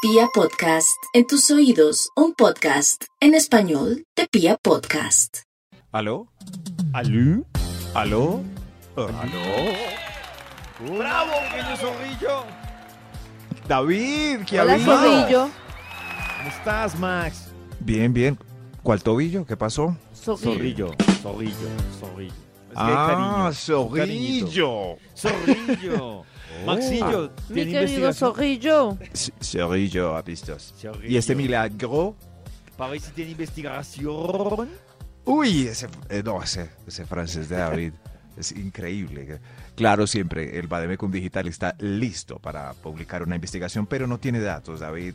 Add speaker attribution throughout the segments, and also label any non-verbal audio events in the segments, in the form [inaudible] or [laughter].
Speaker 1: Pia Podcast, en tus oídos, un podcast en español de Pia Podcast.
Speaker 2: ¿Aló? ¿Aló? ¿Aló? ¿Aló?
Speaker 3: ¡Bravo, pequeño zorrillo!
Speaker 2: David, ¿qué ha
Speaker 4: Hola,
Speaker 2: habido?
Speaker 4: zorrillo.
Speaker 3: ¿Cómo estás, Max?
Speaker 2: Bien, bien. ¿Cuál tobillo? ¿Qué pasó?
Speaker 4: Zorrillo.
Speaker 3: Zorrillo, zorrillo, zorrillo. Es que
Speaker 2: ah,
Speaker 3: hay cariño,
Speaker 2: zorrillo.
Speaker 3: Zorrillo. Zorrillo. Maxillo,
Speaker 4: Mi
Speaker 3: ¿tiene
Speaker 4: querido
Speaker 3: investigación?
Speaker 4: zorrillo.
Speaker 2: C- Zorrillo, apistos.
Speaker 3: Zorrillo.
Speaker 2: ¿Y este milagro?
Speaker 3: Parece que tiene investigación.
Speaker 2: Uy, ese, eh, no, ese, ese francés de David [laughs] es increíble. Claro, siempre el Bademecum Digital está listo para publicar una investigación, pero no tiene datos, David. Eh,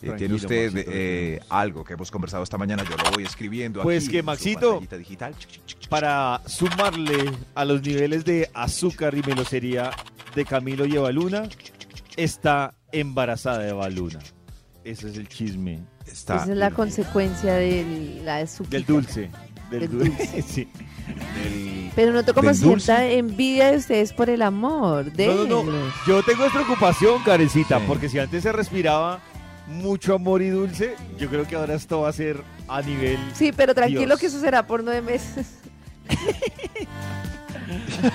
Speaker 2: ¿Tiene
Speaker 3: Tranquilo,
Speaker 2: usted
Speaker 3: Maxito,
Speaker 2: eh,
Speaker 3: tranquilo.
Speaker 2: algo que hemos conversado esta mañana? Yo lo voy escribiendo
Speaker 3: Pues
Speaker 2: aquí
Speaker 3: que,
Speaker 2: en su
Speaker 3: Maxito,
Speaker 2: pantallita digital. Chic, chic, chic, chic.
Speaker 3: Para sumarle a los niveles de azúcar y melosería de Camilo y Evaluna, está embarazada de Evaluna. Ese es el chisme
Speaker 2: Está
Speaker 4: Esa es la consecuencia de la azuquita.
Speaker 3: del dulce. Del
Speaker 4: Del
Speaker 3: dulce, [laughs] sí.
Speaker 2: del-
Speaker 4: Pero noto como
Speaker 2: Del dulce.
Speaker 4: cierta envidia de ustedes por el amor. De
Speaker 3: No, no, no. Yo tengo es preocupación, Karencita,
Speaker 2: Sí.
Speaker 3: porque si antes se respiraba mucho amor y dulce, yo creo que ahora esto va a ser a nivel
Speaker 4: Sí, pero tranquilo
Speaker 3: Dios.
Speaker 4: que eso será por nueve meses.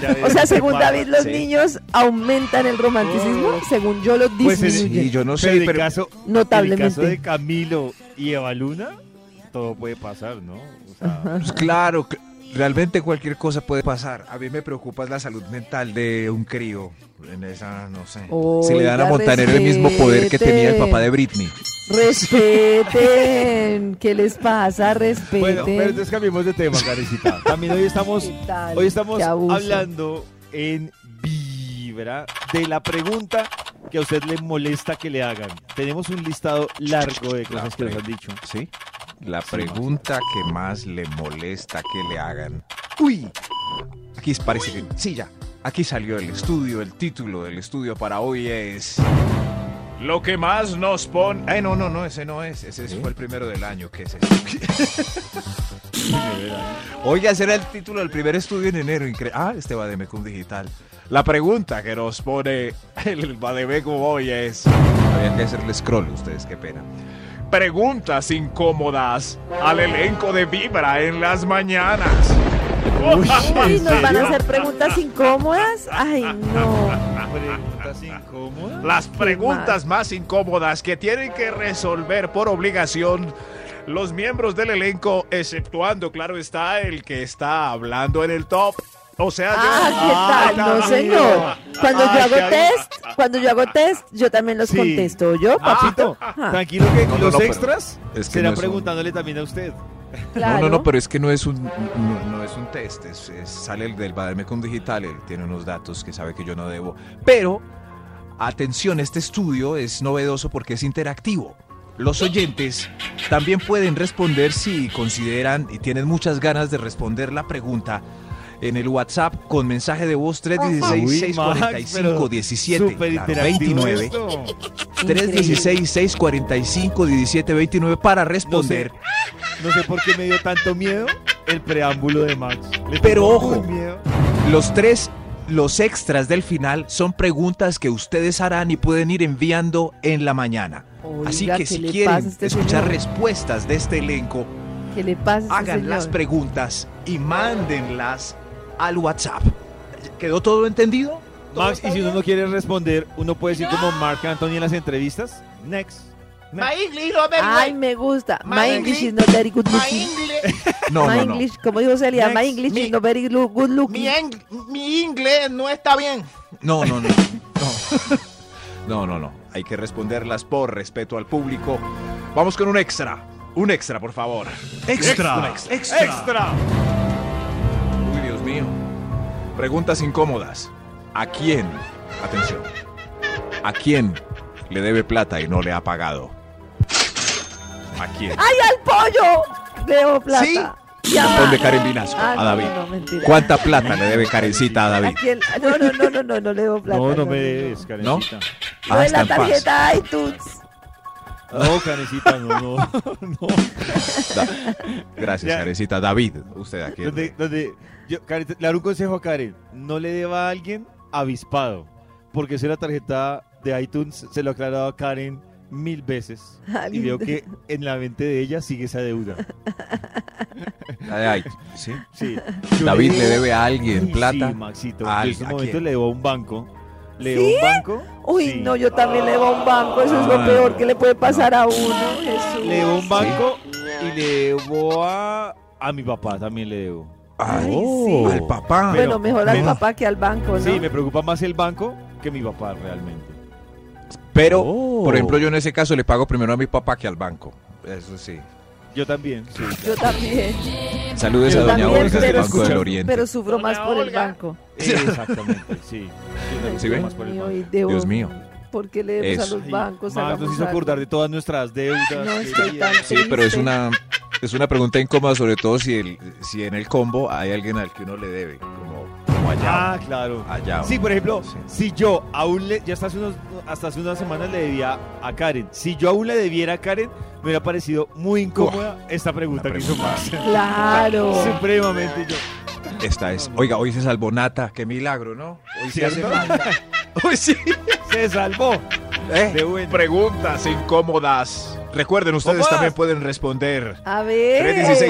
Speaker 3: ya de-
Speaker 4: O sea,
Speaker 3: [laughs]
Speaker 4: según
Speaker 3: de-
Speaker 4: David, los
Speaker 3: Sí.
Speaker 4: niños aumentan el romanticismo.
Speaker 3: Oh.
Speaker 4: Según yo, los
Speaker 3: Pues en-
Speaker 4: disminuyen
Speaker 2: Sí, yo no
Speaker 3: pero
Speaker 2: sé,
Speaker 3: en el
Speaker 2: pero
Speaker 3: caso, en el caso de
Speaker 4: notablemente.
Speaker 3: Camilo y Evaluna, todo puede pasar, ¿no? O sea,
Speaker 2: pues, claro, que- realmente cualquier cosa puede pasar. A mí me preocupa la salud mental de un crío. En esa, no sé. si le dan a
Speaker 4: Oiga,
Speaker 2: Montaner el mismo poder que tenía el papá de Britney.
Speaker 4: Respeten. ¿Qué les pasa? Respeten.
Speaker 3: bueno, pero entonces cambiemos de tema, [laughs] Karencita. También hoy estamos,
Speaker 4: ¿Qué tal?
Speaker 3: hoy estamos
Speaker 4: Qué abuso.
Speaker 3: hablando en Vibra de la pregunta que a usted le molesta que le hagan. Tenemos un listado largo de cosas que nos han dicho.
Speaker 2: ¿Sí? La
Speaker 3: Sí,
Speaker 2: pregunta que más le molesta que le hagan. ¡Uy! Aquí parece que. Sí, ya. Aquí salió el estudio, el título del estudio para hoy es. Lo que más nos pone. Eh, no, no, no, ese no es. Ese fue el primero del año. ¿Qué es eso? Oiga, ese era el título del primer estudio en enero. incre- ah, este Bademecum Digital. La pregunta que nos pone el Bademecum hoy es. Había que hacerle scroll, ustedes, qué pena preguntas incómodas al elenco de Vibra en las mañanas.
Speaker 4: Uy, nos van a hacer preguntas incómodas. Ay, no.
Speaker 3: Preguntas
Speaker 2: [laughs]
Speaker 3: incómodas.
Speaker 2: Las preguntas más incómodas que tienen que resolver por obligación los miembros del elenco, exceptuando, claro está, el que está hablando en el top. O sea,
Speaker 4: Ah, ¿qué tal? No, señor. Cuando yo hago test, cuando yo hago test, yo también los
Speaker 3: Sí.
Speaker 4: contesto. Yo,
Speaker 3: Papito,
Speaker 4: Ah.
Speaker 3: tranquilo que
Speaker 2: No, no,
Speaker 3: los
Speaker 2: no, pero
Speaker 3: extras
Speaker 2: es que no
Speaker 3: serán
Speaker 2: es un-
Speaker 3: preguntándole también a usted.
Speaker 4: claro.
Speaker 2: es que no es un, no, no es un test. es- es- sale el del Bademecum Digital, él tiene unos datos que sabe que yo no debo. Pero, atención, este estudio es novedoso porque es interactivo. Los oyentes también pueden responder si consideran y tienen muchas ganas de responder la pregunta en el WhatsApp con mensaje de voz 316 645 17
Speaker 3: Súper interactivo
Speaker 2: 29
Speaker 3: esto.
Speaker 2: 316 645 17 29 para responder
Speaker 3: No sé por qué me dio tanto miedo el preámbulo de Max. Le
Speaker 2: Pero
Speaker 3: tengo
Speaker 2: ojo.
Speaker 3: un miedo.
Speaker 2: Los tres, los extras del final son preguntas que ustedes harán y pueden ir enviando en la mañana.
Speaker 4: Oiga,
Speaker 2: Así
Speaker 4: ¿qué
Speaker 2: que si
Speaker 4: le
Speaker 2: quieren
Speaker 4: pasa a este
Speaker 2: escuchar
Speaker 4: señor?
Speaker 2: respuestas de este elenco,
Speaker 4: ¿Qué le pasa? a este
Speaker 2: hagan las
Speaker 4: señor?
Speaker 2: preguntas y mándenlas al WhatsApp. ¿Quedó todo entendido? ¿Todo
Speaker 3: Max,
Speaker 2: está
Speaker 3: y si uno
Speaker 2: bien?
Speaker 3: no quiere responder, uno puede decir como Mark Anthony en las entrevistas. Next.
Speaker 5: My
Speaker 3: next.
Speaker 5: English not very
Speaker 4: Ay,
Speaker 5: good.
Speaker 4: me gusta. My,
Speaker 5: My
Speaker 4: English
Speaker 5: English-
Speaker 4: is not very good
Speaker 5: My
Speaker 4: looking.
Speaker 5: English,
Speaker 2: no,
Speaker 4: my
Speaker 2: no, no.
Speaker 4: English, como dijo Celia, my
Speaker 3: Next.
Speaker 4: English is
Speaker 5: Mi-
Speaker 4: not very loo- good
Speaker 5: mi,
Speaker 4: looking.
Speaker 5: eng- mi inglés no está bien.
Speaker 2: No, no, no.
Speaker 4: [laughs]
Speaker 2: No, no, no. no. Hay que responderlas por respeto al público. Vamos con un extra. Un extra, por favor. Extra. extra.
Speaker 3: Extra.
Speaker 2: Uy, Dios mío. Preguntas incómodas. ¿A quién? Atención. ¿A quién le debe plata y no le ha pagado? ¿A quién?
Speaker 4: ¡Ay, al pollo! Veo plata.
Speaker 2: ¿Sí? Ponle Karen Vinasco
Speaker 4: Ah,
Speaker 2: a
Speaker 4: no,
Speaker 2: David.
Speaker 4: no, no, mentira.
Speaker 2: ¿Cuánta plata le debe Karencita a
Speaker 4: [laughs]
Speaker 2: David?
Speaker 4: ¿A quién? No, no, no, no, no, no le debo plata.
Speaker 3: No, no me debes, Karencita.
Speaker 4: No
Speaker 2: Ah,
Speaker 4: de
Speaker 2: está
Speaker 4: la
Speaker 2: en paz.
Speaker 4: tarjeta iTunes.
Speaker 3: No, Karencita, no, no. [laughs] no.
Speaker 2: Da- Gracias,
Speaker 3: Ya.
Speaker 2: Karencita. David, usted aquí.
Speaker 3: Donde, donde yo, Karen, te- le daré un consejo a Karen. No le deba a alguien avispado. Porque si la tarjeta de iTunes se lo aclaraba a Karen mil veces
Speaker 4: Ay,
Speaker 3: y
Speaker 4: mi-
Speaker 3: veo que en la mente de ella sigue esa deuda.
Speaker 2: La de ahí, ¿sí?
Speaker 3: Sí.
Speaker 2: [laughs] David le debe a alguien
Speaker 3: Uy,
Speaker 2: plata.
Speaker 3: Sí,
Speaker 2: a
Speaker 3: Maxito. Yo en
Speaker 2: alguien,
Speaker 3: ese
Speaker 2: ¿a
Speaker 3: momento
Speaker 2: quién?
Speaker 3: le debo a un banco. Le debo a un banco.
Speaker 4: Uy,
Speaker 3: sí.
Speaker 4: no, yo también le debo a un banco, eso es lo
Speaker 2: Ah,
Speaker 4: peor que le puede pasar a uno, Jesús.
Speaker 3: Le debo a un banco y le debo a, a mi papá también le debo.
Speaker 2: Ay,
Speaker 4: sí.
Speaker 2: Oh. Al papá.
Speaker 4: Bueno,
Speaker 3: Pero-
Speaker 4: mejor al
Speaker 3: pero-
Speaker 4: papá que al banco, ¿no?
Speaker 3: Sí, me preocupa más el banco que mi papá realmente.
Speaker 2: Pero,
Speaker 3: Oh.
Speaker 2: por ejemplo, yo en ese caso le pago primero a mi papá que al banco. Eso sí.
Speaker 3: Yo también, sí.
Speaker 4: Yo también,
Speaker 2: Saludes
Speaker 3: Yo
Speaker 2: a Doña
Speaker 3: también,
Speaker 2: Olga del
Speaker 3: pero
Speaker 2: Banco del
Speaker 3: escucha-
Speaker 2: Oriente.
Speaker 4: pero sufro más
Speaker 5: Doña
Speaker 4: por el
Speaker 5: Olga.
Speaker 4: banco.
Speaker 3: Exactamente, sí. Yo también
Speaker 2: ¿Sí
Speaker 3: tengo
Speaker 2: ven?
Speaker 3: más por el
Speaker 4: Mío,
Speaker 3: banco.
Speaker 4: y debo-
Speaker 2: Dios mío.
Speaker 4: ¿Por qué le debemos
Speaker 2: Eso.
Speaker 4: a los bancos?
Speaker 3: Max Ah, nos
Speaker 4: Hagamos
Speaker 3: hizo
Speaker 4: algo.
Speaker 3: acordar de todas nuestras deudas.
Speaker 4: No, estoy
Speaker 3: queridas.
Speaker 4: tan-
Speaker 2: Sí, pero es
Speaker 4: triste.
Speaker 2: una, es una pregunta incómoda, sobre todo si, el, si en el combo hay alguien al que uno le debe. Como, como allá.
Speaker 3: Ah, claro.
Speaker 2: allá.
Speaker 3: Sí, por ejemplo,
Speaker 2: Sí.
Speaker 3: si yo aún le, ya hasta hace, unos- hasta hace unas semanas le debía a Karen, si yo aún le debiera a Karen, me hubiera parecido muy incómoda esta pregunta
Speaker 2: la
Speaker 3: que hizo Max.
Speaker 4: Claro.
Speaker 3: Supremamente yo.
Speaker 2: Esta es. Oiga, hoy se salvó Nata. Qué milagro, ¿no? Hoy se hace [laughs]
Speaker 3: ¿Cierto?
Speaker 2: falta. Hoy sí.
Speaker 3: Se salvó.
Speaker 2: Eh,
Speaker 3: De buena.
Speaker 2: Preguntas incómodas. Recuerden, ustedes
Speaker 3: Papás.
Speaker 2: también pueden responder.
Speaker 4: A ver.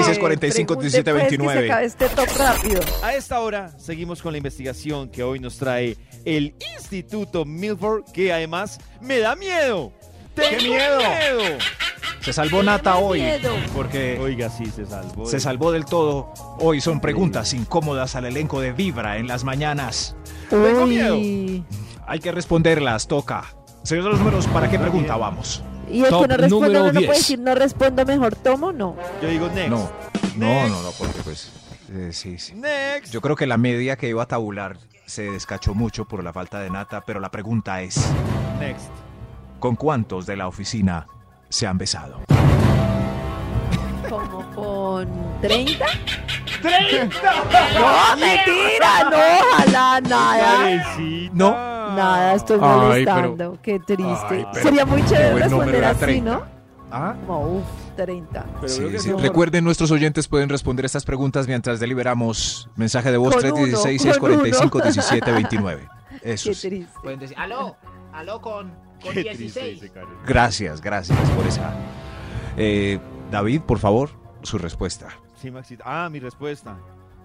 Speaker 2: 316-645-1729.
Speaker 4: pregunte, pues, que se acabe este top rápido.
Speaker 3: A esta hora seguimos con la investigación que hoy nos trae el Instituto Milford, que además me da miedo. ¡Tengo
Speaker 2: miedo!
Speaker 3: miedo!
Speaker 2: Se salvó Nata
Speaker 4: Tengo
Speaker 2: hoy.
Speaker 4: miedo.
Speaker 2: Porque
Speaker 3: Oiga, sí, se salvó.
Speaker 2: se salvó del todo. Hoy son preguntas incómodas al elenco de Vibra en las mañanas.
Speaker 3: Tengo
Speaker 4: Uy.
Speaker 3: miedo.
Speaker 2: Hay que responderlas, toca. Señor de los números, ¿para qué pregunta vamos?
Speaker 4: Y el
Speaker 2: Top
Speaker 4: que no responde
Speaker 2: número
Speaker 4: no, no
Speaker 2: 10.
Speaker 4: puede decir no respondo, mejor tomo, no.
Speaker 3: Yo digo next.
Speaker 2: No, no, no, no, porque pues. eh, sí, sí.
Speaker 3: Next.
Speaker 2: Yo creo que la media que iba a tabular se descachó mucho por la falta de nata, pero la pregunta es:
Speaker 3: Next.
Speaker 2: ¿con cuántos de la oficina se han besado?
Speaker 4: Como con 30.
Speaker 5: ¡30!
Speaker 4: ¡No, mentira! No, ojalá, nada.
Speaker 3: Karencita.
Speaker 2: No.
Speaker 4: Nada, estoy
Speaker 2: Ay,
Speaker 4: molestando. Qué triste.
Speaker 2: Ay, pero
Speaker 4: Sería muy chévere
Speaker 2: buen número
Speaker 4: responder
Speaker 2: era
Speaker 4: así,
Speaker 2: 30.
Speaker 4: ¿no?
Speaker 2: ¿Ah?
Speaker 4: Como, uf, 30.
Speaker 3: Pero
Speaker 2: Sí,
Speaker 3: creo que
Speaker 2: sí.
Speaker 3: es mejor-
Speaker 2: Recuerden, nuestros oyentes pueden responder estas preguntas mientras deliberamos mensaje de voz
Speaker 4: Con uno,
Speaker 2: 316-645-1729. Eso
Speaker 4: Qué
Speaker 2: sí.
Speaker 4: triste.
Speaker 5: Pueden decir, aló, aló con, con
Speaker 3: Qué triste
Speaker 5: 16.
Speaker 3: dice Karen.
Speaker 2: Gracias, gracias por esa. Eh, David, por favor, su respuesta.
Speaker 3: Sí, Maxito. Ah, mi respuesta.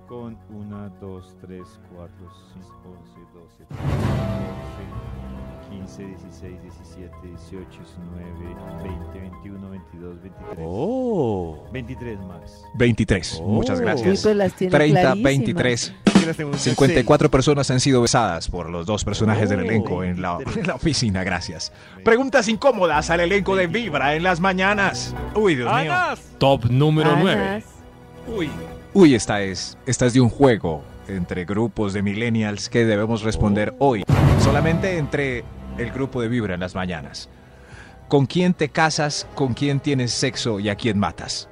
Speaker 3: Con 1, 2, 3, 4, 5, 11, 12, 13, 14, 15, 16, 17, 18, 19, 20, 21, 22, 23.
Speaker 6: Oh.
Speaker 3: 23 más.
Speaker 2: 23.
Speaker 6: Oh.
Speaker 2: Muchas
Speaker 4: Uy,
Speaker 2: gracias.
Speaker 4: pues las tiene
Speaker 2: 30,
Speaker 4: clarísimas.
Speaker 2: 23.
Speaker 3: Que las tengo en
Speaker 2: 54 personas han sido besadas por los dos personajes del
Speaker 6: Oh,
Speaker 2: elenco en la,
Speaker 3: 23.
Speaker 2: en la oficina, gracias.
Speaker 3: seis.
Speaker 2: Preguntas incómodas al elenco de Vibra en las mañanas. Uy,
Speaker 6: Ah,
Speaker 2: Dios mío.
Speaker 6: Top número 9.
Speaker 4: Anas.
Speaker 2: Uy. Uy, esta es, esta es de un juego entre grupos de millennials que debemos responder hoy. Solamente entre el grupo de Vibra en las mañanas. ¿Con quién te casas? ¿Con quién tienes sexo? ¿Y a quién matas?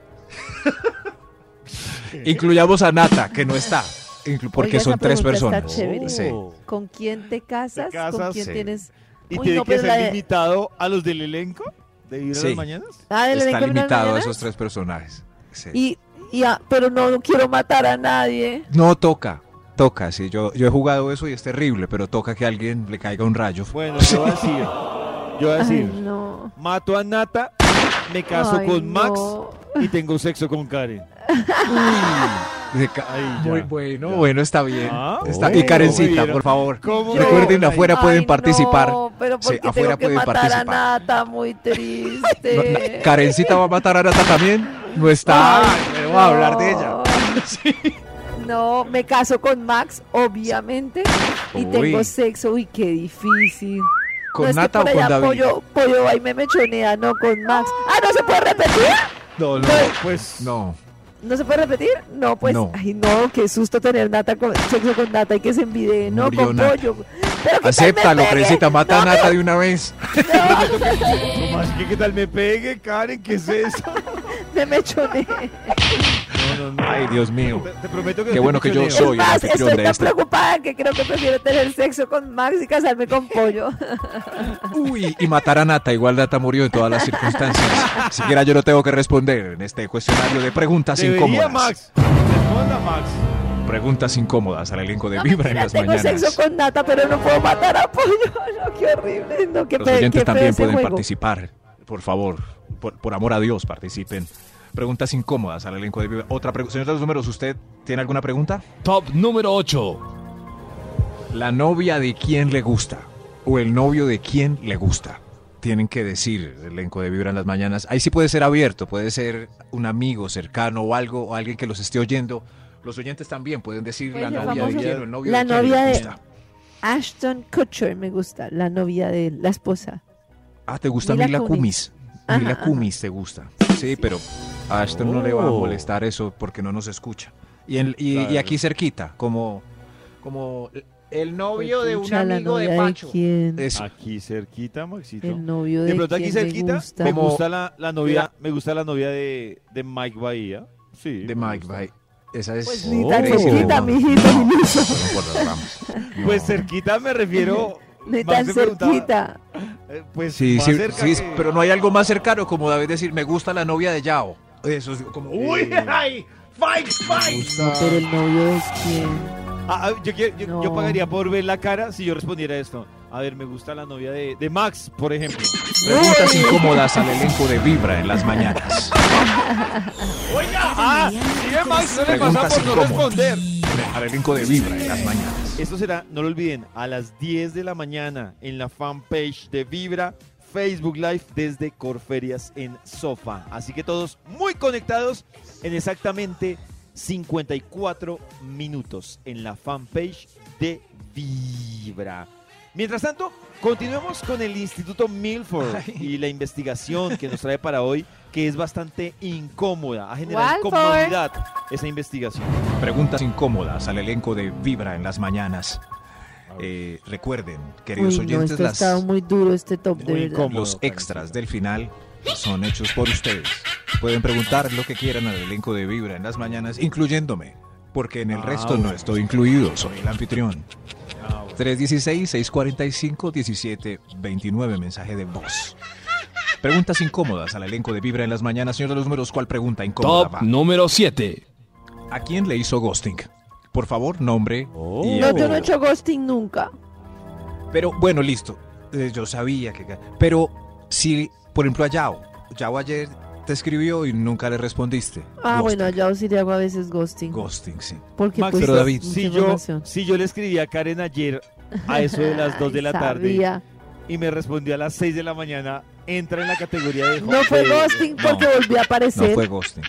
Speaker 2: Incluyamos a Nata, que no está, inclu- porque
Speaker 4: Oiga, esa
Speaker 2: son tres
Speaker 4: pregunta está
Speaker 2: personas.
Speaker 4: chévere.
Speaker 2: Sí.
Speaker 4: ¿Con quién te casas? ¿Con
Speaker 3: casas?
Speaker 4: quién
Speaker 2: Sí.
Speaker 4: tienes?
Speaker 3: ¿Y
Speaker 4: Uy,
Speaker 3: tiene
Speaker 4: no,
Speaker 3: que
Speaker 4: pero la
Speaker 3: ser
Speaker 4: de-
Speaker 3: limitado a los del elenco? ¿De vivir
Speaker 2: Sí.
Speaker 3: a las mañanas?
Speaker 4: Ah, del
Speaker 2: Está
Speaker 4: elenco de Minas
Speaker 2: limitado a
Speaker 4: Mañanas.
Speaker 2: esos tres personajes. Sí.
Speaker 4: Y, y ah, pero no, no quiero matar a nadie.
Speaker 2: No toca, toca, sí. Yo, yo he jugado eso y es terrible, pero toca que a alguien le caiga un rayo.
Speaker 3: Bueno, yo voy a decir. Yo voy a
Speaker 4: Ay,
Speaker 3: decir.
Speaker 4: no.
Speaker 3: Mato a Nata, me caso
Speaker 4: Ay,
Speaker 3: con Max
Speaker 4: no.
Speaker 3: y tengo sexo con Karen.
Speaker 2: De ca-
Speaker 3: Ahí ya,
Speaker 2: Muy bueno,
Speaker 3: ya.
Speaker 2: bueno, está bien.
Speaker 3: Ah,
Speaker 2: Está-
Speaker 3: bueno,
Speaker 2: Y Karencita,
Speaker 3: vieron.
Speaker 2: por favor.
Speaker 3: ¿Cómo
Speaker 2: Recuerden,
Speaker 3: no?
Speaker 2: afuera pueden participar.
Speaker 4: No, pero
Speaker 2: Sí,
Speaker 4: porque
Speaker 2: afuera
Speaker 4: tengo que
Speaker 2: pueden
Speaker 4: matar
Speaker 2: participar.
Speaker 4: a Nata, muy triste.
Speaker 2: No, na- Karencita va a matar a Nata también. No está.
Speaker 4: Ay,
Speaker 2: pero vamos a hablar de [laughs] ella.
Speaker 4: No, me caso con Max, obviamente, y tengo
Speaker 2: Uy.
Speaker 4: sexo. Uy, qué difícil.
Speaker 2: ¿Con
Speaker 4: no, es que
Speaker 2: Nata
Speaker 4: por
Speaker 2: o con
Speaker 4: allá
Speaker 2: David?
Speaker 4: Pollo, pollo, ahí me mechonea, no con Max. Ah, no se puede repetir.
Speaker 2: No, no.
Speaker 3: Pues
Speaker 2: No.
Speaker 4: ¿No se puede repetir? No, pues,
Speaker 2: No.
Speaker 4: ay, no, qué susto tener nata con, sexo con nata y que se envidee, no,
Speaker 2: Murió
Speaker 4: con
Speaker 2: Nata.
Speaker 4: pollo. Pero que tal
Speaker 2: Acéptalo,
Speaker 4: me pegue. [laughs]
Speaker 2: Karencita. Mata a
Speaker 4: No,
Speaker 2: Nata de una vez.
Speaker 3: No más que qué tal me pegue, Karen, ¿qué es eso?
Speaker 4: Me mechoné.
Speaker 3: No, no,
Speaker 2: [laughs]
Speaker 3: no.
Speaker 2: Ay, Dios mío.
Speaker 3: Te, te prometo que
Speaker 2: Qué
Speaker 3: no te
Speaker 2: bueno que yo
Speaker 3: pichoneo.
Speaker 2: soy. el
Speaker 4: es más,
Speaker 2: anfitrión
Speaker 4: estoy
Speaker 2: de
Speaker 4: tan
Speaker 2: este.
Speaker 4: preocupada que creo que prefiero tener sexo con Max y casarme con pollo.
Speaker 2: Uy, y matar a Nata. Igual Nata murió en todas las circunstancias. Siquiera yo no tengo que responder en este cuestionario de preguntas
Speaker 3: Debería,
Speaker 2: incómodas.
Speaker 3: Max. Responda, Max.
Speaker 2: Preguntas incómodas al elenco de
Speaker 4: No,
Speaker 2: Vibra en
Speaker 4: mentira,
Speaker 2: las
Speaker 4: tengo
Speaker 2: mañanas.
Speaker 4: sexo con nata, pero [laughs] no puedo matar a pollo. No, qué horrible, no, qué
Speaker 2: Los
Speaker 4: pe- qué
Speaker 2: oyentes
Speaker 4: feo
Speaker 2: también
Speaker 4: ese
Speaker 2: pueden
Speaker 4: juego.
Speaker 2: participar. Por favor, por, por amor a Dios, participen. Preguntas incómodas al elenco de Viva. Otra pregunta. Señor de los números, ¿usted tiene alguna pregunta?
Speaker 6: Top número 8.
Speaker 2: La novia de quien le gusta o el novio de quien le gusta. Tienen que decir el elenco de Vibra en las mañanas. Ahí sí puede ser abierto, puede ser un amigo cercano o algo, o alguien que los esté oyendo. Los oyentes también pueden decir
Speaker 4: Pues
Speaker 2: la
Speaker 4: el
Speaker 2: novia de
Speaker 4: famoso-
Speaker 2: quién o el novio
Speaker 4: la
Speaker 2: de quién
Speaker 4: novia
Speaker 2: le
Speaker 4: de-
Speaker 2: gusta.
Speaker 4: Ashton Kutcher me gusta, la novia de él, la esposa.
Speaker 2: Ah, ¿te gusta
Speaker 4: Mila
Speaker 2: Mila
Speaker 4: Kunis.
Speaker 2: Kunis?
Speaker 4: Ajá,
Speaker 2: Mila
Speaker 4: ajá.
Speaker 2: Kunis te gusta. Sí, pero a Ashton no le va a
Speaker 6: Oh.
Speaker 2: molestar eso porque no nos escucha. Y, en- y- y
Speaker 3: Claro.
Speaker 2: aquí cerquita, como, como el novio de un
Speaker 4: Pucha, la
Speaker 2: amigo
Speaker 4: novia
Speaker 2: de Pacho.
Speaker 4: quién,
Speaker 2: Eso.
Speaker 3: Aquí cerquita, Maxito.
Speaker 4: el novio de,
Speaker 3: De pronto aquí
Speaker 4: quién le
Speaker 3: cerquita,
Speaker 4: gusta.
Speaker 3: me
Speaker 2: Como-
Speaker 3: gusta la, la novia, me gusta la novia de, de Mike Bahía. Sí.
Speaker 2: de
Speaker 3: me
Speaker 2: Mike
Speaker 3: gusta.
Speaker 2: Bay. Esa es.
Speaker 5: Pues
Speaker 4: Ni tan
Speaker 6: Oh.
Speaker 4: cerquita,
Speaker 2: No,
Speaker 4: mijito,
Speaker 2: no,
Speaker 4: ni-
Speaker 2: fueron por las ramas. No.
Speaker 3: Pues cerquita
Speaker 2: [laughs]
Speaker 3: me refiero.
Speaker 4: ni
Speaker 3: Max
Speaker 4: tan
Speaker 3: me preguntaba,
Speaker 4: cerquita.
Speaker 3: eh, Pues
Speaker 2: Sí,
Speaker 3: más
Speaker 2: sí,
Speaker 3: cerca
Speaker 2: sí,
Speaker 3: que-
Speaker 2: pero no hay algo más cercano como David decir, me gusta la novia de Yao. Eso es como, uy,
Speaker 3: Sí.
Speaker 2: ay, fight, fight.
Speaker 4: No, pero el novio de quién.
Speaker 3: Ah, ah, yo, quiero- yo- yo
Speaker 4: No.
Speaker 3: pagaría por ver la cara si yo respondiera esto. A ver, me gusta la novia de, de Max,
Speaker 2: [laughs]
Speaker 3: por ejemplo.
Speaker 2: Preguntas incómodas al elenco de Vibra en las mañanas.
Speaker 3: Ah, sí, a Max no le pasa
Speaker 2: Preguntas
Speaker 3: por no
Speaker 2: incómodas
Speaker 3: responder.
Speaker 2: al elenco de Vibra en las mañanas.
Speaker 3: Esto será, no lo olviden, a las 10 de la mañana en la fanpage de Vibra, Facebook Live desde Corferias en Sofa. Así que todos muy conectados en exactamente 54 minutos en la fanpage de Vibra. Mientras tanto, continuemos con el Instituto Milford y la investigación que nos trae para hoy, que es bastante incómoda. Ha generado
Speaker 4: Walford.
Speaker 3: incomodidad esa investigación.
Speaker 2: Preguntas incómodas al elenco de Vibra en las mañanas. Eh, recuerden, queridos
Speaker 4: Uy, no,
Speaker 2: oyentes,
Speaker 4: esto ha
Speaker 2: las-
Speaker 4: estado muy duro este top, de
Speaker 3: Muy
Speaker 4: verdad.
Speaker 3: incómodo.
Speaker 2: los extras del final son hechos por ustedes. Pueden preguntar lo que quieran al elenco de Vibra en las mañanas, incluyéndome, porque en el
Speaker 3: Ah,
Speaker 2: resto no
Speaker 3: bueno.
Speaker 2: estoy incluido, soy el anfitrión. 316-645-1729, mensaje de voz. Preguntas incómodas al elenco de Vibra en las mañanas. Señor de los números, ¿cuál pregunta incómoda
Speaker 6: Top
Speaker 2: va?
Speaker 6: número 7.
Speaker 2: ¿A quién le hizo ghosting? Por favor, nombre.
Speaker 6: Oh.
Speaker 2: y
Speaker 4: No, yo no he
Speaker 2: apellido.
Speaker 4: hecho ghosting nunca.
Speaker 2: Pero bueno, listo. Eh, yo sabía que. Pero si, por ejemplo, a Yao. Yao ayer te escribió y nunca le respondiste.
Speaker 4: Ah,
Speaker 2: Ghosting.
Speaker 4: bueno, allá sí le hago a veces ghosting.
Speaker 2: Ghosting, sí.
Speaker 4: Porque
Speaker 3: Max,
Speaker 4: pues,
Speaker 2: pero
Speaker 4: es
Speaker 2: David,
Speaker 4: mucha
Speaker 3: si yo,
Speaker 4: información.
Speaker 3: si yo le escribí a Karen ayer a eso de las 2 de
Speaker 4: Ay,
Speaker 3: la tarde
Speaker 4: [laughs] sabía.
Speaker 3: y me respondió a las 6 de la mañana, entra en la categoría de...
Speaker 4: No fue
Speaker 3: de-
Speaker 4: ghosting porque volví a
Speaker 2: No
Speaker 4: aparecer.
Speaker 2: fue ghosting.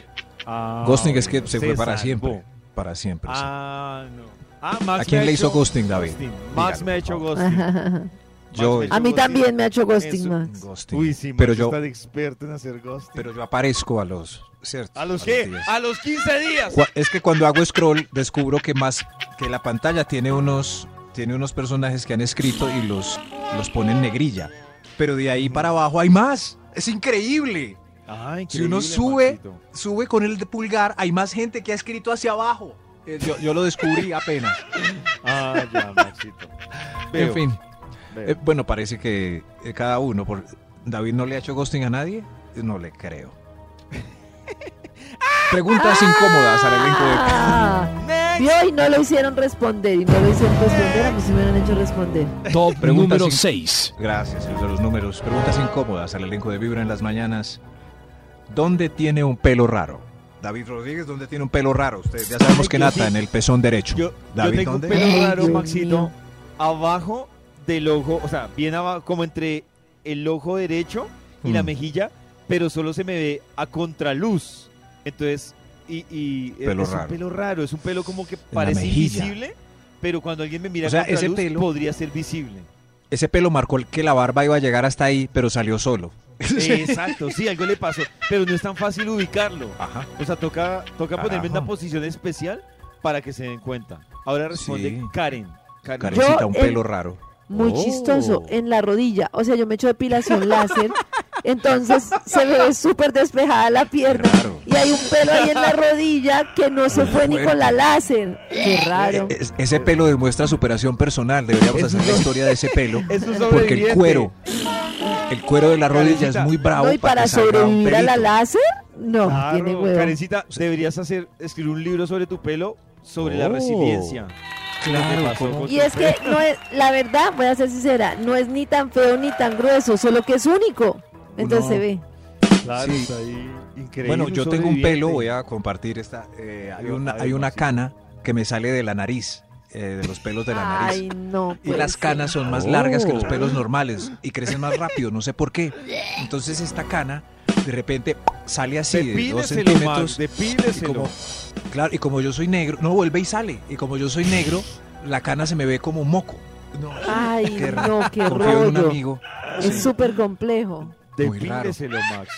Speaker 3: Ah,
Speaker 2: ghosting es
Speaker 3: bueno,
Speaker 2: que se fue para
Speaker 3: salvó.
Speaker 2: siempre. Para siempre. sí.
Speaker 3: Ah, no. Ah, Max
Speaker 2: ¿A quién
Speaker 3: me
Speaker 2: le
Speaker 3: ha
Speaker 2: hizo
Speaker 3: hecho
Speaker 2: ghosting, David? Dígalo,
Speaker 3: Max me ha
Speaker 2: por
Speaker 3: hecho
Speaker 2: favor.
Speaker 3: ghosting.
Speaker 2: Yo,
Speaker 3: Max
Speaker 4: [laughs] a mí
Speaker 3: ghosting.
Speaker 4: también me ha hecho ghosting,
Speaker 3: Eso.
Speaker 4: Max.
Speaker 2: ghosting.
Speaker 3: Uy, sí, Max
Speaker 2: pero, yo,
Speaker 3: está de experto en hacer ghosting.
Speaker 2: pero yo aparezco a los. ¿Cierto?
Speaker 3: ¿A los qué?
Speaker 2: días.
Speaker 3: A los 15 días.
Speaker 2: Cua- Es que cuando hago scroll descubro que más que la pantalla tiene unos tiene unos personajes que han escrito y los los pone en negrilla, pero de ahí para abajo hay más. Es increíble.
Speaker 3: Ah,
Speaker 2: Si uno
Speaker 3: increíble,
Speaker 2: sube-
Speaker 3: Maxito.
Speaker 2: Sube con el de pulgar, hay más gente que ha escrito hacia abajo. Eh, Yo, yo lo descubrí
Speaker 3: [laughs]
Speaker 2: apenas.
Speaker 3: Ah, ya, Maxito. Veo,
Speaker 2: en fin,
Speaker 3: veo.
Speaker 2: eh, bueno, parece que eh, cada uno por David no le ha hecho ghosting a nadie, Eh, no le
Speaker 3: [laughs]
Speaker 2: creo. Preguntas incómodas al elenco de
Speaker 4: Ah,
Speaker 2: eh,
Speaker 4: vio y no lo hicieron responder. Y no lo hicieron responder. A mí sí me hubieran hecho responder.
Speaker 6: Top
Speaker 2: Preguntas
Speaker 6: número
Speaker 2: sin-
Speaker 6: 6.
Speaker 2: Gracias, el de los números. Preguntas incómodas al elenco de Vibra en las mañanas. ¿Dónde tiene un pelo raro? David Rodríguez, ¿dónde tiene un pelo raro? Usted ya sabemos
Speaker 3: Ay,
Speaker 2: que
Speaker 3: yo
Speaker 2: nata
Speaker 3: sí.
Speaker 2: en el pezón derecho.
Speaker 3: Yo, yo
Speaker 2: David,
Speaker 3: tengo un
Speaker 2: ¿dónde?
Speaker 4: Ay,
Speaker 3: pelo raro,
Speaker 4: Dios
Speaker 3: Maxito,
Speaker 4: mío.
Speaker 3: abajo del ojo, o sea, bien abajo, como entre el ojo derecho y la
Speaker 2: Mm.
Speaker 3: mejilla, pero solo se me ve a contraluz. Entonces, y, y es-
Speaker 2: Pelo
Speaker 3: es un
Speaker 2: raro.
Speaker 3: pelo raro, es un pelo como que parece
Speaker 2: mejilla.
Speaker 3: invisible, pero cuando alguien me mira
Speaker 2: O sea,
Speaker 3: a
Speaker 2: ese
Speaker 3: contraluz
Speaker 2: pelo-
Speaker 3: podría ser
Speaker 2: [laughs]
Speaker 3: visible.
Speaker 2: Ese pelo marcó el que la barba iba a llegar hasta ahí, pero salió solo.
Speaker 3: Exacto, sí, algo le pasó, pero no es tan fácil ubicarlo.
Speaker 2: Ajá.
Speaker 3: O sea, toca, toca ponerme en una
Speaker 2: Carajo.
Speaker 3: posición especial para que se den cuenta. Ahora responde
Speaker 2: Sí.
Speaker 3: Karen. Karen.
Speaker 2: Karencita,
Speaker 4: Yo,
Speaker 2: un
Speaker 4: el-
Speaker 2: pelo raro.
Speaker 4: Muy
Speaker 6: Oh.
Speaker 4: chistoso. En la rodilla. O sea, yo me echo depilación láser. Entonces se me ve súper despejada la pierna.
Speaker 2: Claro.
Speaker 4: Y hay un pelo ahí en la rodilla que no se fue ni con la láser. Qué raro.
Speaker 2: E- es- ese pelo demuestra superación personal. Deberíamos
Speaker 3: Es
Speaker 2: hacer la
Speaker 3: un-
Speaker 2: historia de ese
Speaker 4: [laughs]
Speaker 2: pelo.
Speaker 3: Es
Speaker 2: Porque
Speaker 3: un
Speaker 2: el
Speaker 3: sobreviviente.
Speaker 2: cuero, el cuero de la rodilla es
Speaker 3: Karencita,
Speaker 2: muy bravo.
Speaker 4: No, y para
Speaker 2: que salga un
Speaker 4: sobrevivir a la
Speaker 2: pelito.
Speaker 4: láser, no,
Speaker 3: Claro,
Speaker 4: tiene huevo.
Speaker 3: Karencita, deberías hacer, escribir un libro sobre tu pelo, sobre la
Speaker 6: Oh.
Speaker 3: resiliencia.
Speaker 2: Claro,
Speaker 3: Lo que pasó
Speaker 2: ¿cómo?
Speaker 3: con
Speaker 4: Y
Speaker 3: tu
Speaker 4: es que
Speaker 3: pelo.
Speaker 4: no es, la verdad, voy a ser sincera, no es ni tan feo ni tan grueso, solo que es único. Entonces
Speaker 2: Uno-
Speaker 4: se ve.
Speaker 3: Claro,
Speaker 2: Sí.
Speaker 3: está ahí increíble.
Speaker 2: Bueno, yo tengo un pelo, voy a compartir esta. eh, hay, una, hay una cana que me sale de la nariz, eh, de los pelos de la nariz.
Speaker 4: Ay, no. pues.
Speaker 2: Y
Speaker 4: puede
Speaker 2: las
Speaker 4: ser.
Speaker 2: canas son más
Speaker 6: Oh.
Speaker 2: largas que los pelos normales y crecen más rápido, no sé por qué. Entonces esta cana de repente sale así de dos
Speaker 3: Depíleselo, Max,
Speaker 2: centímetros. Y
Speaker 3: depíleselo.
Speaker 2: como, claro, y como yo soy negro, no vuelve y sale. Y como yo soy negro, la cana se me ve como moco. No,
Speaker 4: Ay,
Speaker 2: qué raro.
Speaker 4: no, qué
Speaker 2: Confío en un
Speaker 4: rollo.
Speaker 2: amigo.
Speaker 4: Es súper complejo.
Speaker 2: Muy raro.
Speaker 3: Depíleselo, Max.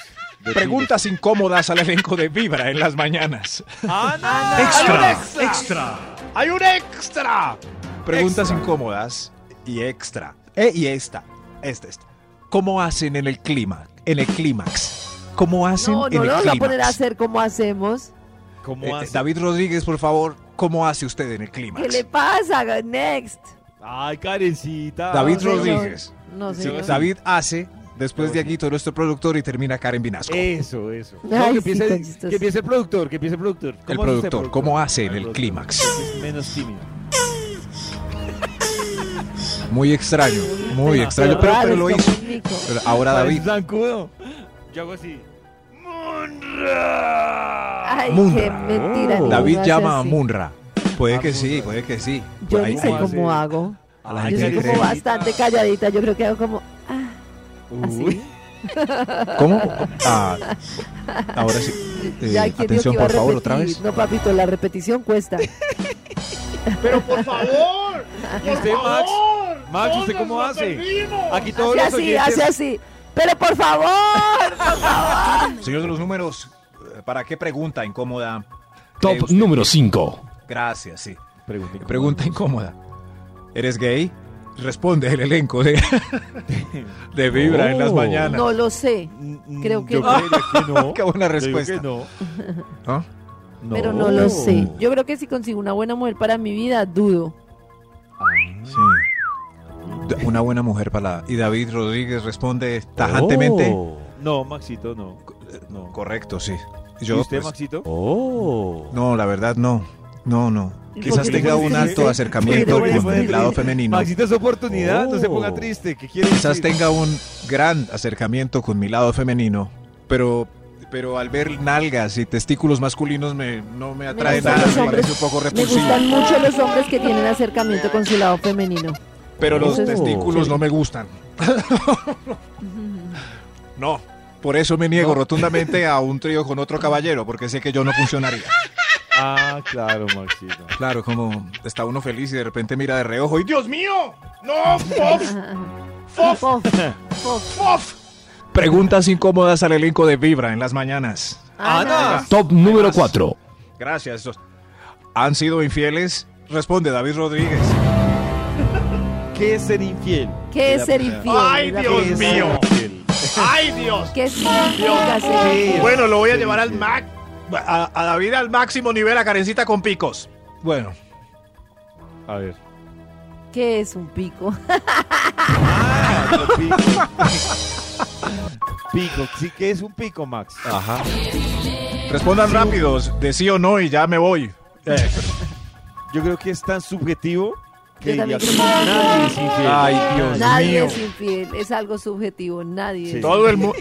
Speaker 3: Depíleselo.
Speaker 2: Preguntas incómodas al elenco de Vibra en las mañanas.
Speaker 3: ¡Ah,
Speaker 2: Extra,
Speaker 5: extra!
Speaker 2: ¡Hay un extra! Preguntas incómodas y extra. Eh, y esta, esta, esta. ¿Cómo hacen en el clima? En el clímax. ¿Cómo hacen
Speaker 4: No,
Speaker 2: en
Speaker 4: no
Speaker 2: el
Speaker 4: lo vamos a
Speaker 2: clímax?
Speaker 4: poner a hacer como hacemos.
Speaker 2: Eh,
Speaker 3: no!
Speaker 2: eh,
Speaker 3: ¿Cómo hace?
Speaker 2: David Rodríguez, por favor, ¿cómo hace usted en el clímax?
Speaker 4: ¿Qué le pasa? Next.
Speaker 3: ¡Ay, Karencita!
Speaker 2: David
Speaker 4: señor.
Speaker 2: Rodríguez.
Speaker 4: No
Speaker 3: Sí,
Speaker 4: sé.
Speaker 3: Rodríguez.
Speaker 2: David hace, después de
Speaker 3: Pero sí.
Speaker 2: Aguito, nuestro productor, y termina Karen Vinasco.
Speaker 3: Eso, eso.
Speaker 4: Ay,
Speaker 3: No, que,
Speaker 4: sí,
Speaker 3: empiece,
Speaker 4: tan chistoso.
Speaker 3: que empiece el productor, que empiece el productor. ¿Cómo
Speaker 2: el
Speaker 3: hace usted,
Speaker 2: productor, ¿cómo hace en el
Speaker 3: productor?
Speaker 2: clímax?
Speaker 3: Es menos tímido.
Speaker 2: Muy extraño, muy
Speaker 3: Qué
Speaker 2: extraño, pero, pero lo hizo. Pero ahora David,
Speaker 3: Parece zancudo. Yo hago así. ¡Munra!
Speaker 4: Ay,
Speaker 2: Munra.
Speaker 4: qué mentira.
Speaker 3: Oh.
Speaker 4: ninguno
Speaker 2: David
Speaker 4: hace
Speaker 2: llama a
Speaker 4: así.
Speaker 2: Munra. Puede
Speaker 3: A
Speaker 2: que sí,
Speaker 3: Munra.
Speaker 2: puede que sí.
Speaker 4: Ah, Yo
Speaker 2: Ahí-
Speaker 4: ni sé
Speaker 2: ahí-
Speaker 4: cómo hago.
Speaker 2: A la
Speaker 3: Ay,
Speaker 4: Yo
Speaker 2: gente le
Speaker 3: Karencita.
Speaker 4: soy como
Speaker 2: cree.
Speaker 4: bastante calladita. Yo creo que hago como ah, así.
Speaker 3: Uy,
Speaker 2: ¿Cómo? Ah, ahora sí. Eh,
Speaker 4: [laughs] Ya, ¿quién dijo
Speaker 2: atención,
Speaker 4: que iba a
Speaker 2: por favor,
Speaker 4: repetir?
Speaker 2: otra vez.
Speaker 4: No, papito, la repetición
Speaker 5: [laughs]
Speaker 4: cuesta.
Speaker 5: Pero por favor. [laughs]
Speaker 3: ¿Y usted,
Speaker 5: por
Speaker 3: Max?
Speaker 5: favor,
Speaker 3: Max,
Speaker 5: no
Speaker 3: ¿usted
Speaker 5: nos
Speaker 3: cómo
Speaker 5: lo
Speaker 3: hace?
Speaker 5: perdimos.
Speaker 3: Aquí todos
Speaker 4: Hace
Speaker 3: los
Speaker 4: así, hace
Speaker 3: oyentes.
Speaker 4: así. Pero por favor.
Speaker 2: [laughs] Señor de los números, eh, ¿para qué pregunta incómoda? cree
Speaker 6: Top
Speaker 2: usted?
Speaker 6: número 5.
Speaker 2: Gracias, sí.
Speaker 3: Pregunta incómoda.
Speaker 2: Pregunta incómoda. ¿Eres gay? Responde el elenco de, [laughs] de Vibra en las
Speaker 6: Oh.
Speaker 2: mañanas.
Speaker 4: No lo sé.
Speaker 3: Mm, mm,
Speaker 4: Creo que
Speaker 3: yo
Speaker 4: no.
Speaker 3: creería que no.
Speaker 2: Qué buena
Speaker 3: Yo digo que
Speaker 2: respuesta.
Speaker 3: no.
Speaker 2: ¿Ah?
Speaker 4: Pero no lo sé. Yo creo que si consigo una buena mujer para mi vida, dudo.
Speaker 2: Sí. D- Una buena mujer para la... Y David Rodríguez responde tajantemente.
Speaker 6: Oh.
Speaker 3: No, Maxito, no. No.
Speaker 2: Correcto, sí.
Speaker 3: ¿Y
Speaker 2: Yo,
Speaker 3: usted,
Speaker 2: pues,
Speaker 3: Maxito?
Speaker 6: Oh.
Speaker 2: no, la verdad, no. No, no.
Speaker 4: ¿Y por
Speaker 2: Quizás
Speaker 4: qué le
Speaker 2: tenga un
Speaker 4: pusiste-
Speaker 2: alto acercamiento
Speaker 4: ¿Por qué le
Speaker 2: con el
Speaker 4: pusiste-
Speaker 2: lado femenino.
Speaker 3: Maxito es oportunidad, no se ponga
Speaker 6: Oh.
Speaker 3: triste. ¿Qué quiere
Speaker 2: Quizás
Speaker 3: decir?
Speaker 2: tenga un gran acercamiento con mi lado femenino, pero, pero al ver nalgas y testículos masculinos me, no me atrae
Speaker 4: gustan
Speaker 2: nada,
Speaker 4: los
Speaker 2: me
Speaker 4: hombres.
Speaker 2: parece un poco
Speaker 4: Me
Speaker 2: repulsivo.
Speaker 4: gustan mucho los hombres que tienen acercamiento con su lado femenino.
Speaker 2: Pero los
Speaker 4: Oh,
Speaker 2: testículos
Speaker 4: sí.
Speaker 2: no me [laughs] gustan. No, por eso me niego rotundamente a un trío con otro caballero, porque sé que yo no funcionaría.
Speaker 3: Ah, claro, Maxito.
Speaker 2: Claro, como está uno feliz y de repente mira de reojo y ¡Dios mío!
Speaker 5: No, fof,
Speaker 4: Fof,
Speaker 5: fof,
Speaker 4: fof.
Speaker 5: fof.
Speaker 2: Preguntas incómodas al elenco de Vibra en las mañanas.
Speaker 3: [laughs] Ana.
Speaker 6: Top número 4.
Speaker 2: Gracias. dos. ¿Han sido infieles? Responde David Rodríguez.
Speaker 3: ¿Qué es ser infiel?
Speaker 4: ¿Qué es ser infiel?
Speaker 5: Ay,
Speaker 4: Es la
Speaker 5: Dios
Speaker 4: pregunta.
Speaker 5: mío.
Speaker 3: Infiel.
Speaker 5: Ay, Dios.
Speaker 4: ¿Qué significa ser
Speaker 3: Sí.
Speaker 4: infiel?
Speaker 2: Bueno, lo voy a
Speaker 3: Sí,
Speaker 2: llevar al
Speaker 3: sí.
Speaker 2: Mac, a, a David al máximo nivel, a Karencita con picos. Bueno,
Speaker 3: A ver. [laughs]
Speaker 4: ¿Qué es un pico?
Speaker 3: Ah, yo pico. pico. Sí, ¿qué es un pico, Max?
Speaker 2: ajá. Respondan rápidos, de sí o no y ya me voy. Eh,
Speaker 3: Yo creo que es tan subjetivo que
Speaker 4: Yo
Speaker 3: diría
Speaker 4: también
Speaker 3: que
Speaker 4: creo que-
Speaker 3: nadie es infiel.
Speaker 2: Ay, Dios
Speaker 4: [laughs] Nadie
Speaker 2: mío.
Speaker 4: es infiel, es algo subjetivo, nadie.
Speaker 3: Sí.
Speaker 4: es-
Speaker 2: Todo el, mu-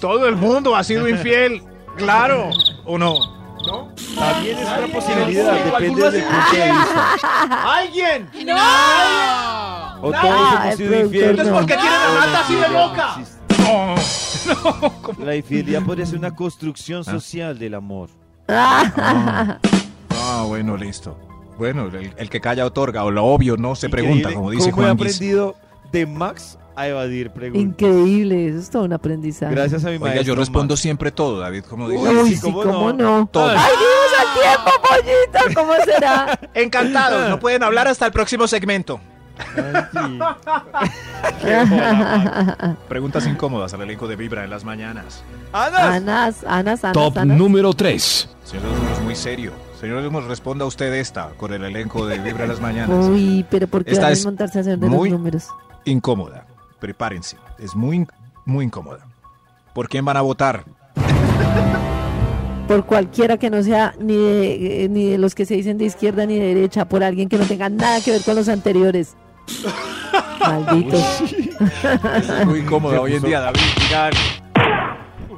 Speaker 2: todo el mundo ha sido infiel, claro, ¿o no?
Speaker 3: También es una posibilidad, depende
Speaker 5: Algunos
Speaker 3: del punto de vista.
Speaker 5: Alguien. No.
Speaker 3: O
Speaker 5: Ah,
Speaker 3: todos
Speaker 4: el
Speaker 3: hemos sido
Speaker 4: productor
Speaker 3: infieles.
Speaker 4: no.
Speaker 5: ¿Por qué tiene la mata así de loca?
Speaker 2: No.
Speaker 3: [laughs] La infidelidad podría ser una construcción social del amor.
Speaker 2: Ah, ah, bueno, listo. Bueno, el, el que calla otorga, o lo obvio no se pregunta,
Speaker 3: Increíble
Speaker 2: como dice
Speaker 3: cómo he
Speaker 2: Juan Guis.
Speaker 3: aprendido de Max a evadir preguntas.
Speaker 4: [laughs] Increíble, eso es todo un aprendizaje.
Speaker 3: Gracias a mi
Speaker 2: Oiga,
Speaker 3: maestro.
Speaker 2: yo
Speaker 4: [laughs]
Speaker 2: respondo
Speaker 3: Max.
Speaker 2: siempre todo, David, como
Speaker 3: Uy,
Speaker 2: dice.
Speaker 4: Uy,
Speaker 3: sí,
Speaker 4: sí,
Speaker 3: ¿cómo
Speaker 4: cómo,
Speaker 3: no?
Speaker 4: no.
Speaker 2: Todo.
Speaker 4: ¡Ay, vivimos al tiempo, pollito! ¿Cómo será?
Speaker 2: [laughs] Encantados, no pueden hablar hasta el próximo segmento. Preguntas incómodas al elenco de Vibra en las mañanas.
Speaker 3: Ana.
Speaker 4: Anas, Anas, Anas,
Speaker 6: Top
Speaker 4: Anas.
Speaker 6: número 3.
Speaker 2: Señor Lemos, muy serio. Señor Lemos, responda usted esta con el elenco de Vibra en las mañanas.
Speaker 4: Uy, pero ¿por qué
Speaker 2: Esta
Speaker 4: van a
Speaker 2: es
Speaker 4: montarse a hacer de
Speaker 2: muy-
Speaker 4: los números?
Speaker 2: Incómoda. Prepárense. Es muy, in- muy incómoda. ¿Por quién van a votar?
Speaker 4: Por cualquiera que no sea ni de, eh, ni de los que se dicen de izquierda ni de derecha, por alguien que no tenga nada que ver con
Speaker 2: [laughs]
Speaker 4: los anteriores. Malditos.
Speaker 2: Es muy incómoda hoy en día, David. Diga,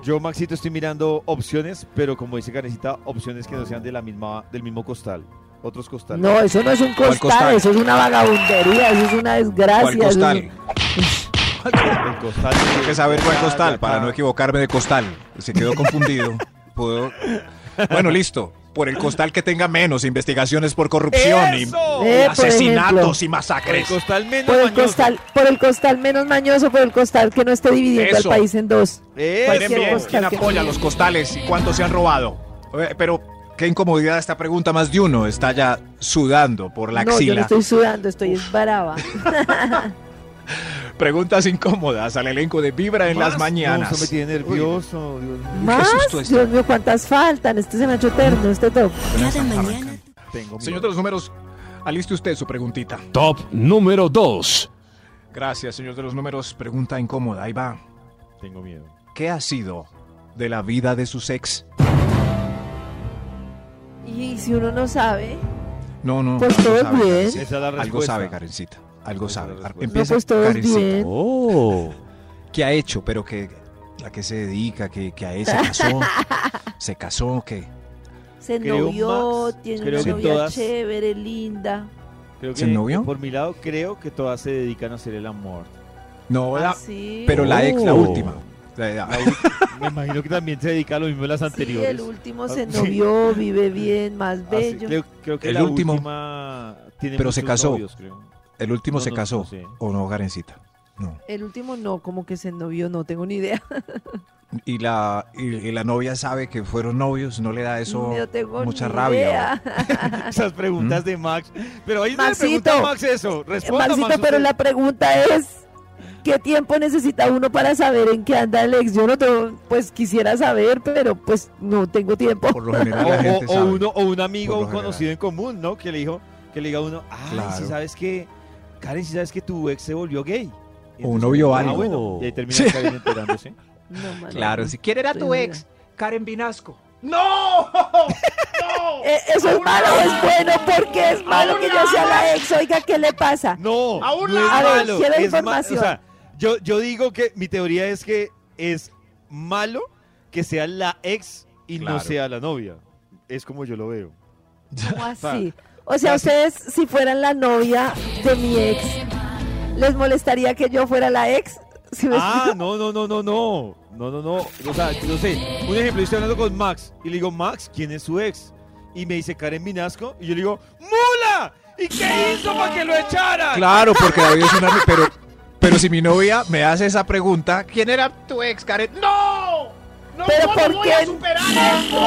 Speaker 3: Yo, Maxito, estoy mirando opciones, pero como dice Canecita, opciones que no sean de la misma, del mismo costal. Otros costales.
Speaker 4: No, eso no es un
Speaker 2: ¿Cuál
Speaker 4: costal,
Speaker 2: costal?
Speaker 4: eso es una vagabundería, eso es una
Speaker 2: ¿Cuál
Speaker 4: desgracia. eso es
Speaker 2: costal?
Speaker 4: un-
Speaker 3: [laughs] El costal.
Speaker 2: Hay que saber cuál
Speaker 3: Ya,
Speaker 2: costal
Speaker 3: ya,
Speaker 2: para
Speaker 3: ya.
Speaker 2: no equivocarme de costal. Se quedó
Speaker 3: [laughs]
Speaker 2: confundido. Pudo- Bueno, listo. Por el costal que tenga menos investigaciones por corrupción y
Speaker 3: ¡Eso!
Speaker 4: Eh, por ejemplo.
Speaker 2: asesinatos y
Speaker 3: Por el
Speaker 2: masacres.
Speaker 3: costal menos
Speaker 4: Por el,
Speaker 3: mañoso.
Speaker 4: costal, por el costal menos mañoso, por el costal que no esté dividiendo
Speaker 2: Eso.
Speaker 4: al país en dos.
Speaker 3: Eso.
Speaker 2: Miren
Speaker 4: cualquier
Speaker 2: bien
Speaker 4: costal
Speaker 2: quién
Speaker 4: que-
Speaker 2: apoya los costales y cuánto se han robado. Eh, Pero qué incomodidad esta pregunta. Más de uno está ya sudando por la
Speaker 4: no, yo
Speaker 2: axila.
Speaker 4: no estoy sudando, estoy
Speaker 3: [laughs]
Speaker 4: es baraba.
Speaker 2: Preguntas incómodas al elenco de Vibra en las
Speaker 3: Más.
Speaker 2: mañanas.
Speaker 3: No, se me tiene nervioso. Dios mío.
Speaker 4: ¿Más?
Speaker 2: susto este.
Speaker 4: Dios mío, ¿cuántas faltan? Este se me ha hecho eterno, este top.
Speaker 1: Cada mañana
Speaker 3: Tengo miedo.
Speaker 2: Señor de los números, aliste usted su preguntita.
Speaker 6: Top número 2.
Speaker 2: Gracias, señor de los números. Pregunta incómoda. Ahí va.
Speaker 3: Tengo miedo.
Speaker 2: ¿Qué ha sido de la vida de sus ex?
Speaker 4: Y si uno no sabe,
Speaker 2: No, no.
Speaker 4: Pues
Speaker 2: algo
Speaker 4: todo
Speaker 2: sabe,
Speaker 4: bien.
Speaker 2: Karencita.
Speaker 3: Esa es la
Speaker 2: Algo
Speaker 3: respuesta.
Speaker 2: sabe, Karencita. Algo
Speaker 3: Esa es
Speaker 2: sabe.
Speaker 3: la respuesta.
Speaker 4: no,
Speaker 2: Empieza
Speaker 4: pues todo es
Speaker 2: Karencita.
Speaker 4: bien.
Speaker 6: Oh.
Speaker 2: ¿Qué ha hecho? Pero que a qué se dedica, que, que a él se
Speaker 4: [laughs]
Speaker 2: casó. se casó, que
Speaker 4: Se
Speaker 3: Creo,
Speaker 4: novió,
Speaker 3: Max,
Speaker 4: tiene
Speaker 3: creo
Speaker 4: una
Speaker 3: que
Speaker 4: novia
Speaker 3: todas-
Speaker 4: chévere, linda.
Speaker 3: Creo que,
Speaker 2: ¿Se novió?
Speaker 3: Por mi lado, creo que todas se dedican a hacer el
Speaker 4: [laughs]
Speaker 3: amor.
Speaker 2: no
Speaker 4: Ah,
Speaker 2: la-
Speaker 4: Así.
Speaker 2: pero la ex, la
Speaker 6: Oh.
Speaker 2: última. La- la-
Speaker 3: Me imagino que también se dedica a lo mismo de las
Speaker 4: Sí,
Speaker 3: anteriores.
Speaker 4: el último
Speaker 3: Ah,
Speaker 4: se
Speaker 3: sí.
Speaker 4: novió,
Speaker 3: [laughs]
Speaker 4: vive bien, más
Speaker 3: Ah, sí,
Speaker 4: bello.
Speaker 3: creo, creo que
Speaker 2: El
Speaker 3: la
Speaker 2: último.
Speaker 3: última tiene
Speaker 2: Pero se
Speaker 3: muchos
Speaker 2: casó.
Speaker 3: novios, creo.
Speaker 2: el último
Speaker 3: No,
Speaker 2: se
Speaker 3: no,
Speaker 2: casó.
Speaker 3: no sé.
Speaker 2: ¿O no, Karencita? No.
Speaker 4: El último no, como que se novió, no tengo ni idea.
Speaker 2: Y la, y, y la novia sabe que fueron novios, no le da eso.
Speaker 4: [laughs] no tengo
Speaker 2: mucha
Speaker 4: ni
Speaker 2: rabia,
Speaker 4: idea.
Speaker 3: [laughs] Esas
Speaker 2: ¿Mm?
Speaker 3: preguntas de Max. Pero ahí no le
Speaker 4: Maxito.
Speaker 3: pregunta a Max eso. Responda,
Speaker 4: Maxito,
Speaker 3: Max,
Speaker 4: Eh, pero
Speaker 3: usted.
Speaker 4: la pregunta es, ¿qué tiempo necesita uno para saber en qué anda el ex? Yo no tengo, pues quisiera saber, pero pues no tengo tiempo.
Speaker 2: Por lo general
Speaker 3: O-
Speaker 2: la
Speaker 3: o-
Speaker 2: gente
Speaker 3: o,
Speaker 2: sabe.
Speaker 3: uno, o un amigo,
Speaker 2: por lo
Speaker 3: un conocido en común, ¿no? Que le dijo, que le diga a uno, ah, si
Speaker 2: Claro.
Speaker 3: sabes que, Karen, si sabes que tu ex se volvió gay.
Speaker 2: O uno vio
Speaker 3: ah,
Speaker 2: algo.
Speaker 3: bueno, y ahí termina
Speaker 2: Sí.
Speaker 3: Karen enterándose.
Speaker 4: No, mano.
Speaker 2: Claro, si quiere era
Speaker 4: Estoy
Speaker 2: tu
Speaker 4: jodida.
Speaker 2: ex, Karen Vinasco.
Speaker 5: ¡No! ¡No!
Speaker 4: Eh, eso es malo o es bueno, porque es malo que yo sea la ex. Oiga, ¿qué le
Speaker 5: [laughs]
Speaker 4: pasa?
Speaker 3: No,
Speaker 5: A un
Speaker 3: no es
Speaker 5: lado.
Speaker 4: A ver,
Speaker 3: malo,
Speaker 4: quiero
Speaker 3: es ma-
Speaker 4: información.
Speaker 3: o sea, yo, yo digo que mi teoría es que es malo que sea la ex y
Speaker 2: Claro.
Speaker 3: no sea la novia. Es como yo lo veo.
Speaker 4: ¿Cómo así? O sea, ustedes, si fueran la novia de mi ex, ¿les molestaría que yo fuera la ex? ¿Sí me
Speaker 3: Ah,
Speaker 4: explico?
Speaker 3: no, no, no, no, no. No, no, no. O sea, yo sé. Un ejemplo, yo estoy hablando con Max y le digo, Max, ¿quién es su ex? Y me dice Karen Minasco y yo le digo, ¡Mula! ¿Y qué hizo para que lo echaran?
Speaker 2: Claro, porque David es una. Pero, pero si mi novia me hace esa pregunta, ¿quién era tu ex, Karen?
Speaker 5: ¡No! ¡No
Speaker 4: Pero
Speaker 5: ¿cómo
Speaker 4: ¿por
Speaker 5: voy a
Speaker 4: qué?
Speaker 5: superar esto!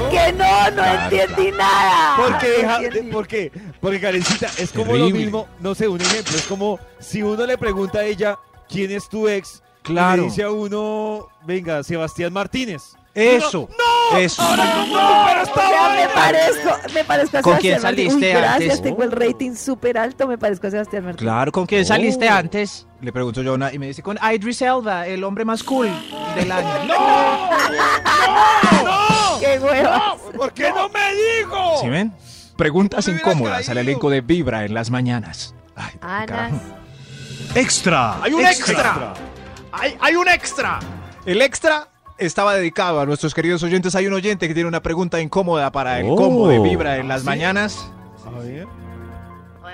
Speaker 4: [laughs] ¿Por qué no? No entendí nada.
Speaker 3: Porque deja,
Speaker 4: No entendí.
Speaker 3: de- ¿Por qué? Porque Karencita, es como lo
Speaker 2: Terrible.
Speaker 3: mismo, no sé, un ejemplo, es como si uno le pregunta a ella, ¿quién es tu ex? Y
Speaker 2: Claro.
Speaker 3: le dice a uno, venga, Sebastián Martínez.
Speaker 2: Eso. Eso.
Speaker 4: O sea, me parezco, me parezco a
Speaker 2: ¿Con
Speaker 4: Sebastián
Speaker 2: quién
Speaker 4: Martínez.
Speaker 2: saliste
Speaker 4: Uy, gracias,
Speaker 2: antes? Uh.
Speaker 4: tengo el rating súper alto, me parezco a Sebastián Martínez.
Speaker 2: Claro, ¿con quién
Speaker 6: saliste
Speaker 2: antes? Le pregunto yo a una y me dice con Idris Elba, el hombre más cool del año.
Speaker 4: ¡Qué hueva!
Speaker 3: ¿Por qué no me dijo?
Speaker 2: ¿Sí ven? Preguntas
Speaker 3: Me hubiera
Speaker 2: incómodas al
Speaker 3: caído.
Speaker 2: elenco de Vibra en las mañanas. Ay,
Speaker 4: Anas.
Speaker 2: carajo.
Speaker 6: Extra.
Speaker 5: ¡Hay un extra!
Speaker 3: Extra.
Speaker 5: ¡Hay, hay un extra!
Speaker 2: El extra estaba dedicado a nuestros queridos oyentes. Hay un oyente que tiene una pregunta incómoda para el
Speaker 6: Oh.
Speaker 2: combo de Vibra en las mañanas.
Speaker 3: A ver.
Speaker 7: Eh,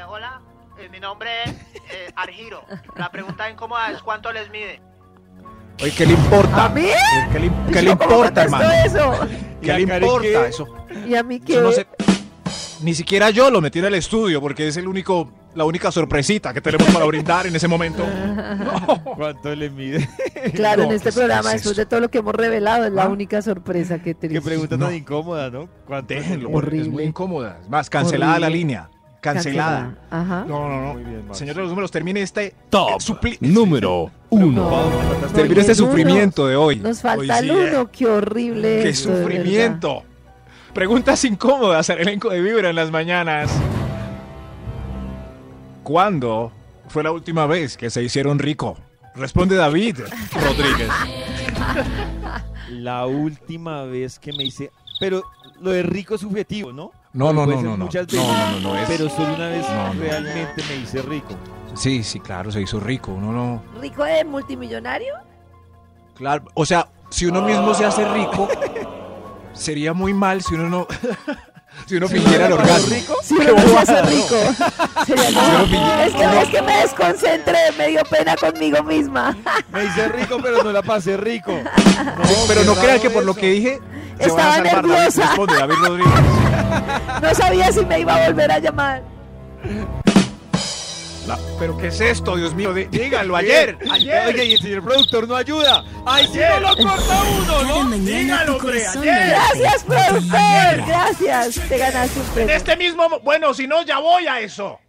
Speaker 7: hola, eh, mi nombre es eh, Argiro. La pregunta incómoda es cuánto les mide.
Speaker 2: Oye, ¿qué le importa?
Speaker 4: ¿A mí?
Speaker 2: ¿Qué le, qué le
Speaker 4: ¿Yo cómo
Speaker 2: importa,
Speaker 4: contesto
Speaker 2: hermano?
Speaker 3: ¿Y
Speaker 4: eso?
Speaker 3: a
Speaker 2: ¿Qué le
Speaker 3: Karen
Speaker 2: importa
Speaker 3: qué?
Speaker 2: eso?
Speaker 4: ¿Y a mí qué?
Speaker 2: Eso no sé. Ni siquiera yo lo metí en el estudio porque es el único, la única sorpresita que tenemos para brindar en ese
Speaker 4: [laughs]
Speaker 2: momento.
Speaker 3: ¿Cuánto
Speaker 2: [laughs]
Speaker 3: le mide?
Speaker 4: Claro,
Speaker 2: No,
Speaker 4: en este
Speaker 2: ¿qué es
Speaker 4: programa,
Speaker 2: esto?
Speaker 4: después de todo lo que hemos revelado, es la
Speaker 2: ¿Ah?
Speaker 4: única sorpresa que
Speaker 3: Qué
Speaker 4: triste.
Speaker 3: pregunta
Speaker 2: No.
Speaker 3: tan incómoda, ¿no? ¿Cuánto le
Speaker 2: Déjenlo,
Speaker 3: mide?
Speaker 2: porque es muy
Speaker 4: Horrible.
Speaker 2: incómoda. Es más, cancelada
Speaker 4: Horrible.
Speaker 2: la línea. Cancelada.
Speaker 4: Ajá.
Speaker 2: No, no,
Speaker 3: Muy
Speaker 2: no.
Speaker 3: bien, Max.
Speaker 2: Señor de los números, termine este
Speaker 6: Top
Speaker 2: supli-
Speaker 6: número 1.
Speaker 3: Pau, ¿cuántas-
Speaker 4: No,
Speaker 2: termine este
Speaker 4: el uno.
Speaker 2: sufrimiento de hoy.
Speaker 4: Nos
Speaker 2: Hoy
Speaker 4: falta
Speaker 2: sí,
Speaker 4: el
Speaker 2: eh.
Speaker 4: uno, qué horrible.
Speaker 2: ¡Qué
Speaker 4: esto, de verdad.
Speaker 2: sufrimiento! Preguntas incómodas al elenco de Vibra en las mañanas. ¿Cuándo fue la última vez que se hicieron rico? Responde David Rodríguez.
Speaker 3: La última vez que me hice... Pero lo de rico es subjetivo, ¿no?
Speaker 2: No, no,
Speaker 3: Puede
Speaker 2: no,
Speaker 3: ser
Speaker 2: no, no.
Speaker 3: muchas
Speaker 2: No,
Speaker 3: veces,
Speaker 2: no, no, no, es-
Speaker 3: Pero solo una vez
Speaker 2: No, no.
Speaker 3: realmente me hice rico.
Speaker 2: Sí, sí, claro, se hizo rico. Uno no.
Speaker 4: ¿Rico de multimillonario?
Speaker 2: Claro, o sea, si uno mismo se hace rico, sería muy mal si uno no. [laughs] si uno fingiera el orgasmo.
Speaker 4: Si uno no se hace rico. Sería como- es, que, es que me desconcentré, me dio pena conmigo misma. [laughs]
Speaker 3: Me hice rico, pero no la pasé rico.
Speaker 2: Pero no
Speaker 3: qué
Speaker 2: crean
Speaker 3: raro
Speaker 2: que por lo
Speaker 3: eso.
Speaker 2: que dije. se van a salvar.
Speaker 4: Estaba
Speaker 2: David,
Speaker 4: nerviosa.
Speaker 2: responde, David Rodríguez.
Speaker 4: No sabía si me iba a volver a llamar.
Speaker 2: Pero ¿qué es esto, Dios mío? Dí- Dígalo
Speaker 4: [laughs]
Speaker 2: ayer.
Speaker 5: Ayer.
Speaker 3: Oye, y el señor productor no ayuda. ¡Ay, sí, no lo corta uno,
Speaker 5: ¿no?
Speaker 3: no!
Speaker 5: Dígalo, hombre, ayer.
Speaker 4: Gracias, productor. Gracias. Te ganaste un
Speaker 5: En
Speaker 4: premio.
Speaker 5: este mismo. Bueno, si no, ya voy a eso.